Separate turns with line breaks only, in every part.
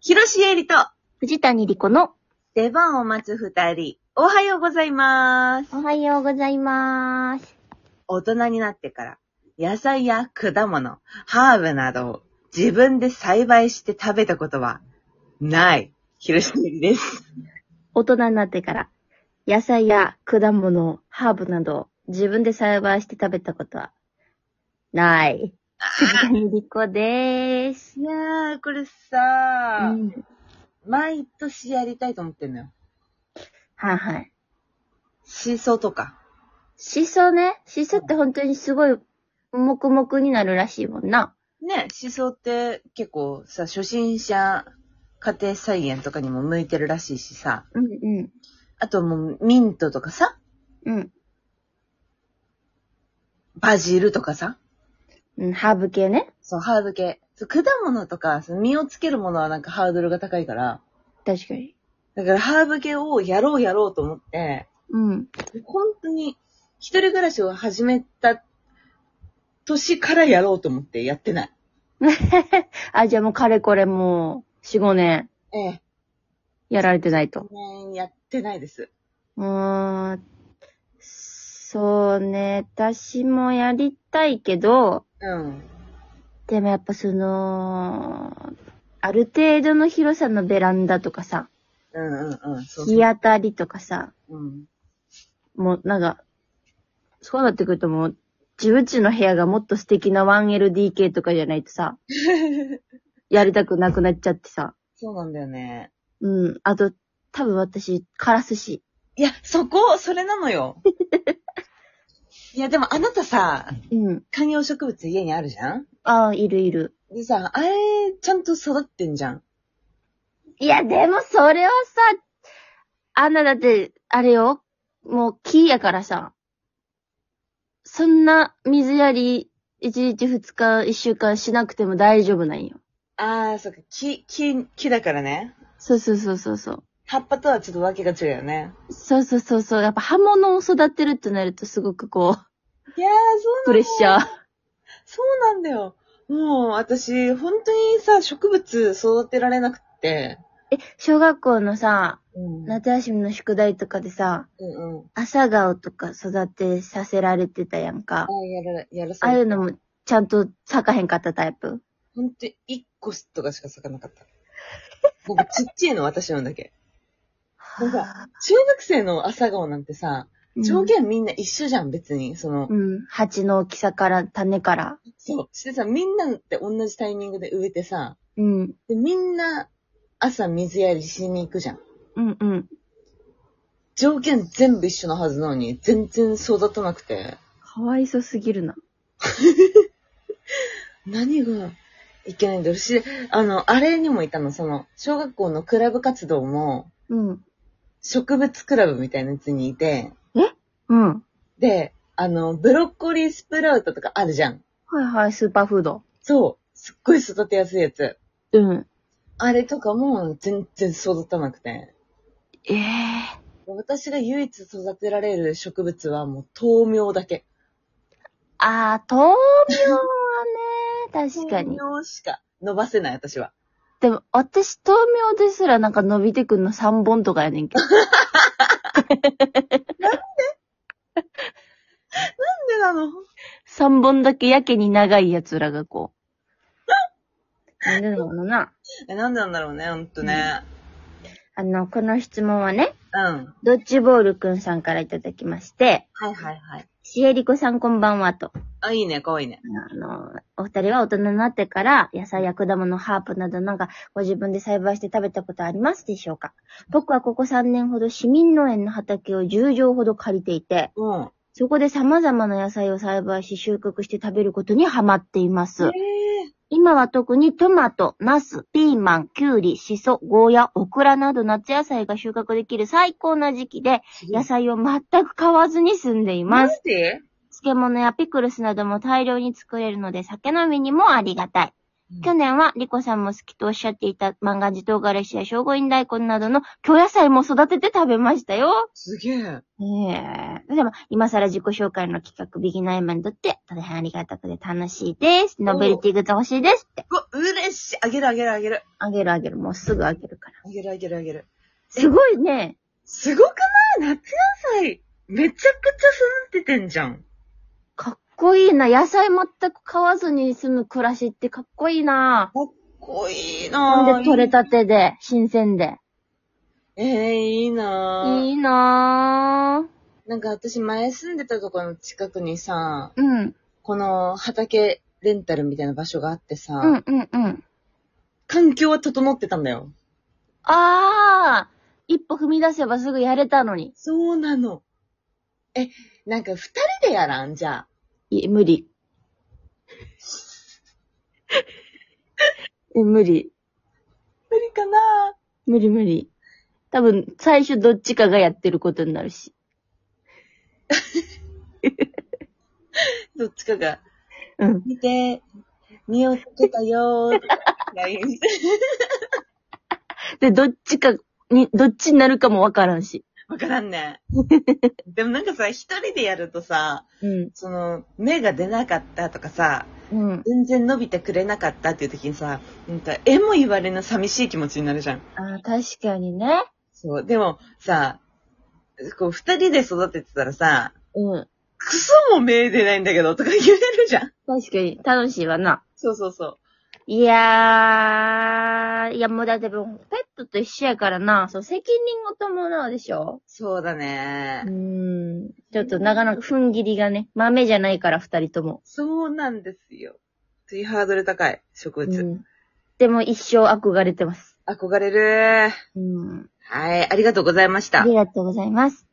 広しえりと
藤谷莉子の
出番を待つ二人、おはようございます。
おはようございます。
大人になってから、野菜や果物、ハーブなどを自分で栽培して食べたことはない、広しえりです。
大人になってから、野菜や果物、ハーブなどを自分で栽培して食べたことは、ない。藤谷莉子でーす。
いやー、これさー、
うん
毎年やりたいと思ってんのよ。
はいはい。
シソとか。
シソね。シソって本当にすごい、黙々になるらしいもんな。
ね、シソって結構さ、初心者家庭菜園とかにも向いてるらしいしさ、
うんう
あともうミントとかさ、
ん。うん
バジルとかさ、
うん。ハーブ系ね。
そう、ハーブ系。そう果物とか、その実をつけるものはなんかハードルが高いから、
確かに。
だからハーブ系をやろうやろうと思って、
うん。
本当に一人暮らしを始めた年からやろうと思ってやってない。
あ、じゃあもうかれこれもう、4、5年
ええ、
やられてないと。
ねやってないです。
うーん、そうね、私もやりたいけど、
うん。
でもやっぱその、ある程度の広さのベランダとかさ、
うんうんうん。そう
日
そう。
当たりとかさ、
うん。
もうなんか、そうなってくるともう、自分ちの部屋がもっと素敵な 1LDK とかじゃないとさ、やりたくなくなっちゃってさ。
そうなんだよね。
うん。あと、多分私、カラスし。
いや、そこ、それなのよ。いや、でもあなたさ、
うん。
観葉植物家にあるじゃん
ああ、いるいる。
でさ、あれ、ちゃんと育ってんじゃん。
いや、でもそれをさ、あんなだって、あれよ、もう木やからさ、そんな水やり、1日2日、1週間しなくても大丈夫なんよ。
あー、そっか、木、木、木だからね。
そうそうそうそうそう。
葉っぱとはちょっとわけが違うよね。
そうそうそうそう。やっぱ刃物を育てるってなるとすごくこ
い
う、
やー、そう
プレッシャー。
そうなんだよ。もう、私、本当にさ、植物育てられなくって。
え、小学校のさ、
うんうん
夏休みの宿題とかでさ、
うん。
朝顔とか育てさせられてたやんか
あ。ー、やら、やら
ああ
さ
い
れ
うのもちゃんと咲かへんかったタイプ。
本当に1個とかしか咲かなかった。なんかちっちゃいの、私のだけ。なんか
はあ
中学生の朝顔なんてさ、条件みんな一緒じゃん、別に。その、
うん。鉢の大きさから、種から。
そう。してさ、みんなって同じタイミングで植えてさ、
うん。
で、みんな、朝水やりしに行くじゃん。
うんうん。
条件全部一緒なはずなのに、全然育たなくて。
かわいそすぎるな。
何がいけないんだろうし、あの、あれにもいたの、その、小学校のクラブ活動も、
うん。
植物クラブみたいなやつにいて、
うん。
で、あの、ブロッコリースプラウトとかあるじゃん。
はいはい、スーパーフード。
そう。すっごい育てやすいやつ。
うん。
あれとかも全然育たなくて。
ええ
私が唯一育てられる植物はもう豆苗だけ。
あー、豆苗はね、確か
豆
に。
苗しか伸ばせない、私は。
でも、私、豆苗ですらなんか伸びてくんの3本とかやね んけど。
なんでなの
3本だけやけに長いやつらがこう。なんでなのな。
え、なんでなんだろうね、ほんとね。
あの、この質問はね、
うん。は
ドッジボールくんさんからいただきまして、
いはいはい。
しえりこさんこんばんはと。
あ、いいね、かわいいね。
あの、お二人は大人になってから、野菜や果物、ハープなどなんか、ご自分で栽培して食べたことありますでしょうか僕はここ3年ほど市民農園の畑を10畳ほど借りていて、
うん。
そこで様々な野菜を栽培し収穫して食べることにハマっています。
え
今は特にトマト、ナス、ピーマン、キュウリ、シソ、ゴーヤ、オクラなど夏野菜が収穫できる最高な時期で、
ー
野菜を全く買わずに済んでいます
マ。ジで
漬物やピクルスなども大量に作れるので酒飲みにもありがたい。去年はリコさんも好きとおっしゃっていた万願寺唐辛子や聖護院大根などの京野菜も育てて食べましたよ。
すげえ。
ええでも、今更自己紹介の企画、ビギナーマンにとって、大変ありがたくて楽しいです。ノベルティグッズ欲しいですって。
うわ、嬉しい。あげるあげるあげる。
あげるあげる、もうすぐあげるから。
あげるあげるあげる。
すごいね。
すごくない夏野菜、めちゃくちゃ育ててんじゃん。
かっこいいな。野菜全く買わずに済む暮らしってかっこいいな。
こいい
ほ
なん
で、取れたてで、新鮮で。
ええいいない
いなぁ。
なんか私前住んでたところの近くにさ、
うん。
この畑レンタルみたいな場所があってさ、
うんうんうん。
環境は整ってたんだよ。
あー。一歩踏み出せばすぐやれたのに。
そうなの。え、なんか二人でやらんじゃあ。
いえ、無理。 え、無理。
無理かな
無理無理。多分、最初どっちかがやってることになるし。
どっちかが、
うん。
見て、匂いつけたよーって LINE して。
で、どっちかに、どっちになるかもわからんし。
わからんね。 でもなんかさ、一人でやるとさ、
うん。
その、芽が出なかったとかさ、
うん。
全然伸びてくれなかったっていう時にさ、なんか、えも言われぬ寂しい気持ちになるじゃん。
あー確かにね。
そう。でも、さ、こう、二人で育ててたらさ、
うん。
クソも芽出ないんだけど、とか言えるじゃん。
確かに、楽しいわな。
そうそうそう。
いやー、いやもうだってもうペットと一緒やからな、そう、責任を伴うでしょ
そうだ
う
ね。
ーん。ちょっとなかなか踏ん切りがね、豆じゃないから二人とも。
そうなんですよ。ついハードル高い、植
う
物。
ん。でも一生憧れてます。
憧れる。
うん。
はい、ありがとうございまし
あ
た
り。がとうございます。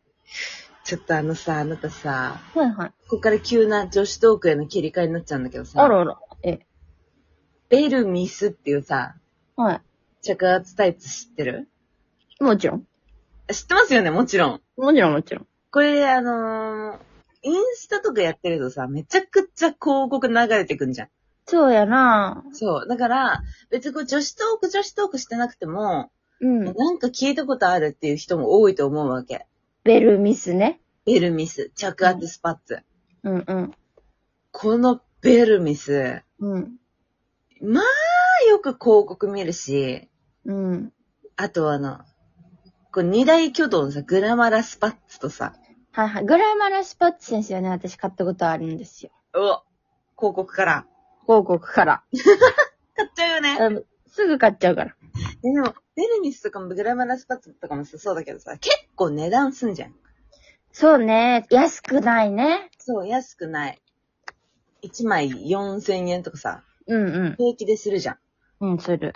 ちょっとあのさ、あなたさ、
はいはい。
ここから急な女子トークへの切り替えになっちゃうんだけどさ、
あらあら。え、
ベルミスっていうさ、
は
着圧タイツ知ってる
い。もちろん。
知ってますよね、もちろん。
もちろんもちろん。
これ、あのーインスタとかやってるとさ、めちゃくちゃ広告流れてくんじゃん。
そうやな
そう。だから、別にこう女子トーク、女子トークしてなくても、
うん。
なんか聞いたことあるっていう人も多いと思うわけ。
ベルミスね。
ベルミス、着圧スパッツ。
うんうん。
このベルミス、
うん。
まあ、よく広告見るし、
うん。
あとあの、こう二大挙動のさ、グラマラスパッツとさ、
はいはい。グラマラスパッチ先生はね、私買ったことあるんですよ。
お広告から。
広告から。
買っちゃうよね。
あのすぐ買っちゃうから。
ででも、ベルミスとかもグラマラスパッツとかもさ、そうだけどさ、結構値段すんじゃん。
そうね。安くないね。
そう、安くない。1枚4000円とかさ、
うん
平気でするじゃん。
うん。うん、する。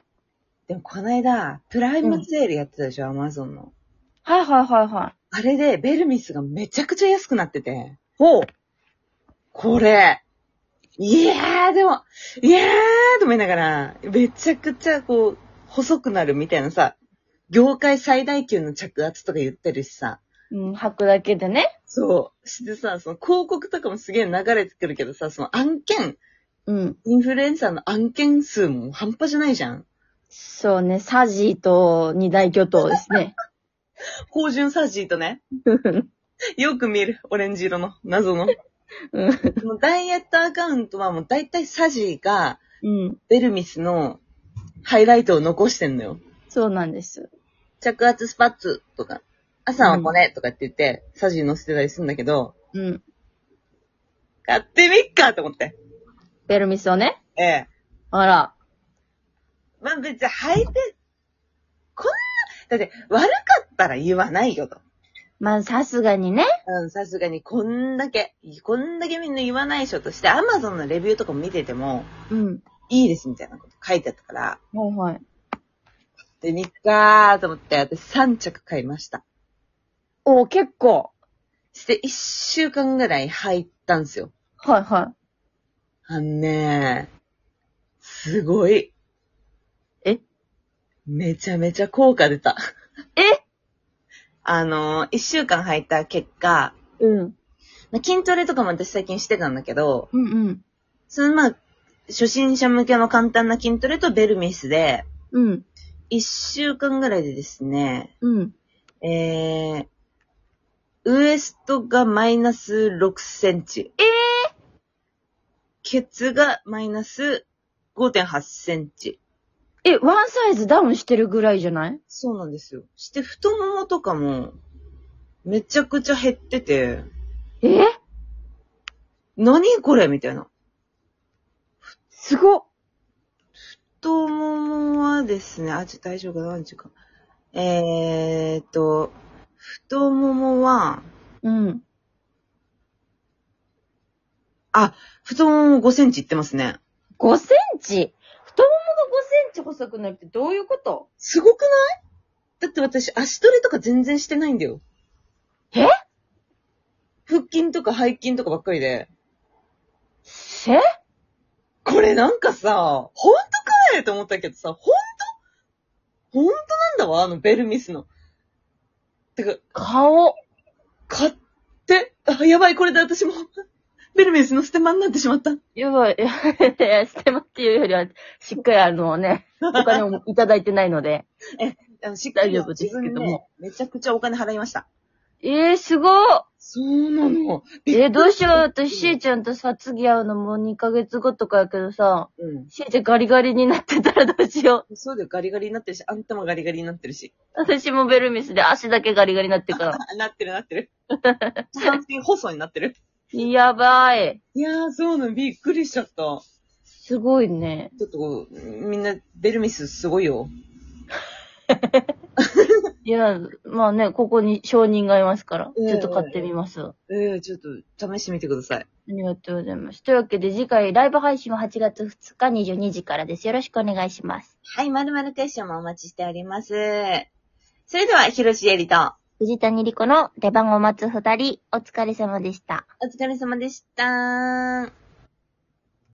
でも、こないだ、プライムセールやってたでしょ、アマゾンの。
はいはいはいはい。
あれで、ベルミスがめちゃくちゃ安くなってて。
ほう。
これ。いやー、でも、いやーと思いながら、めちゃくちゃこう、細くなるみたいなさ、業界最大級の着圧とか言ってるしさ、
うん、履くだけでね。
そう。してさ、その広告とかもすげえ流れてくるけどさ、その案件、
うん。
インフルエンサーの案件数も半端じゃないじゃん。
そうね。サジーと二大巨頭ですね。
芳醇サージーとね、よく見る、オレンジ色の、謎 の。
うん。
もうダイエットアカウントはもう大体サジーが、
うん。
ベルミスのハイライトを残してんのよ。
そうなんです。
着圧スパッツとか、朝はこれとかって言って、サジに載せてたりするんだけど、
うん。
買ってみっかと思って。
ベルミスをね。
ええ。
あら。
まあ別に履いて、こんな、だって悪かったら言わないよと。
まあ、さすがにね。
うん、さすがにこんだけ、こんだけみんな言わないでしょとして、アマゾンのレビューとかも見てても、
うん。
いいですみたいなこと書いてあったから、
はいはい。
で、みっかーと思って、私3着買いました。
おー結構。
して、1週間ぐらい履いたんですよ。
はいは
あのねすごい。
え
めちゃめちゃ効果出た。
い。え
あのー一週間履いた結果、
うん。
まあ筋トレとかも私最近してたんだけど、
うんうん。
そのまあ、初心者向けの簡単な筋トレとベルメスで、
うん。
1週間ぐらいでですね、
うん。
えー、ウエストがマイナス6センチ。ええケツがマイナス5.8センチ。
え、ワンサイズダウンしてるぐらいじゃない
そうなんですよ。して、太ももとかも、めちゃくちゃ減ってて、
え
何これみたいな。
すごっ。
太ももはですね、あ、ちょ、大丈夫かな何時間。えーっと、太ももは、
うん。
太もも5センチいってますね。
5センチ太ももが5センチ細くなるってどういうこと
すごくないだって私、足トレとか全然してないんだよ。
え
腹筋とか背筋とかばっかりで。
え
これなんかさ、ほんとかいと思ったけどさ、ほんとほんとなんだわ、あのベルミスの。てか、
顔。
買って、あ、やばい、これで私も、ベルミスのステマになってしまった。
やばい。いやいや、捨てまっていうよりは、しっかりあのね、お金をいただいてないので。
あの、しっ
大丈夫ですけ
自
ども
分ねめちゃくちゃお金払いました。
えー、すごっ
そうなの。
えー、どうしよう。私、しーちゃんとさ、次会うのもう2ヶ月後とかやけどさ、
うん。
しーちゃんガリガリになってたらどうしよう。
そうだよ、ガリガリになってるし、あんたもガリガリになってるし。
私もベルミスで足だけガリガリになってるから。
あ なってるなってる。完全細になってる。
やばい。
いやー、そうなの、びっくりしちゃった。ちょ
すごいね。
っと、みんな、ベルミスすごいよ。
いや、まあね、ここに証人がいますから、
うん
ちょっと買ってみます。あ
ええちょっと、試してみてください。
りがとうございます。というわけで次回ライブ配信は8月2日22時からです。よろしくお願いします。
はい、まるまるクエスチョンもお待ちしております。それでは、ひろしえりと、
藤谷莉子の出番を待つ二人、お疲れ様でした。
お疲れ様でした。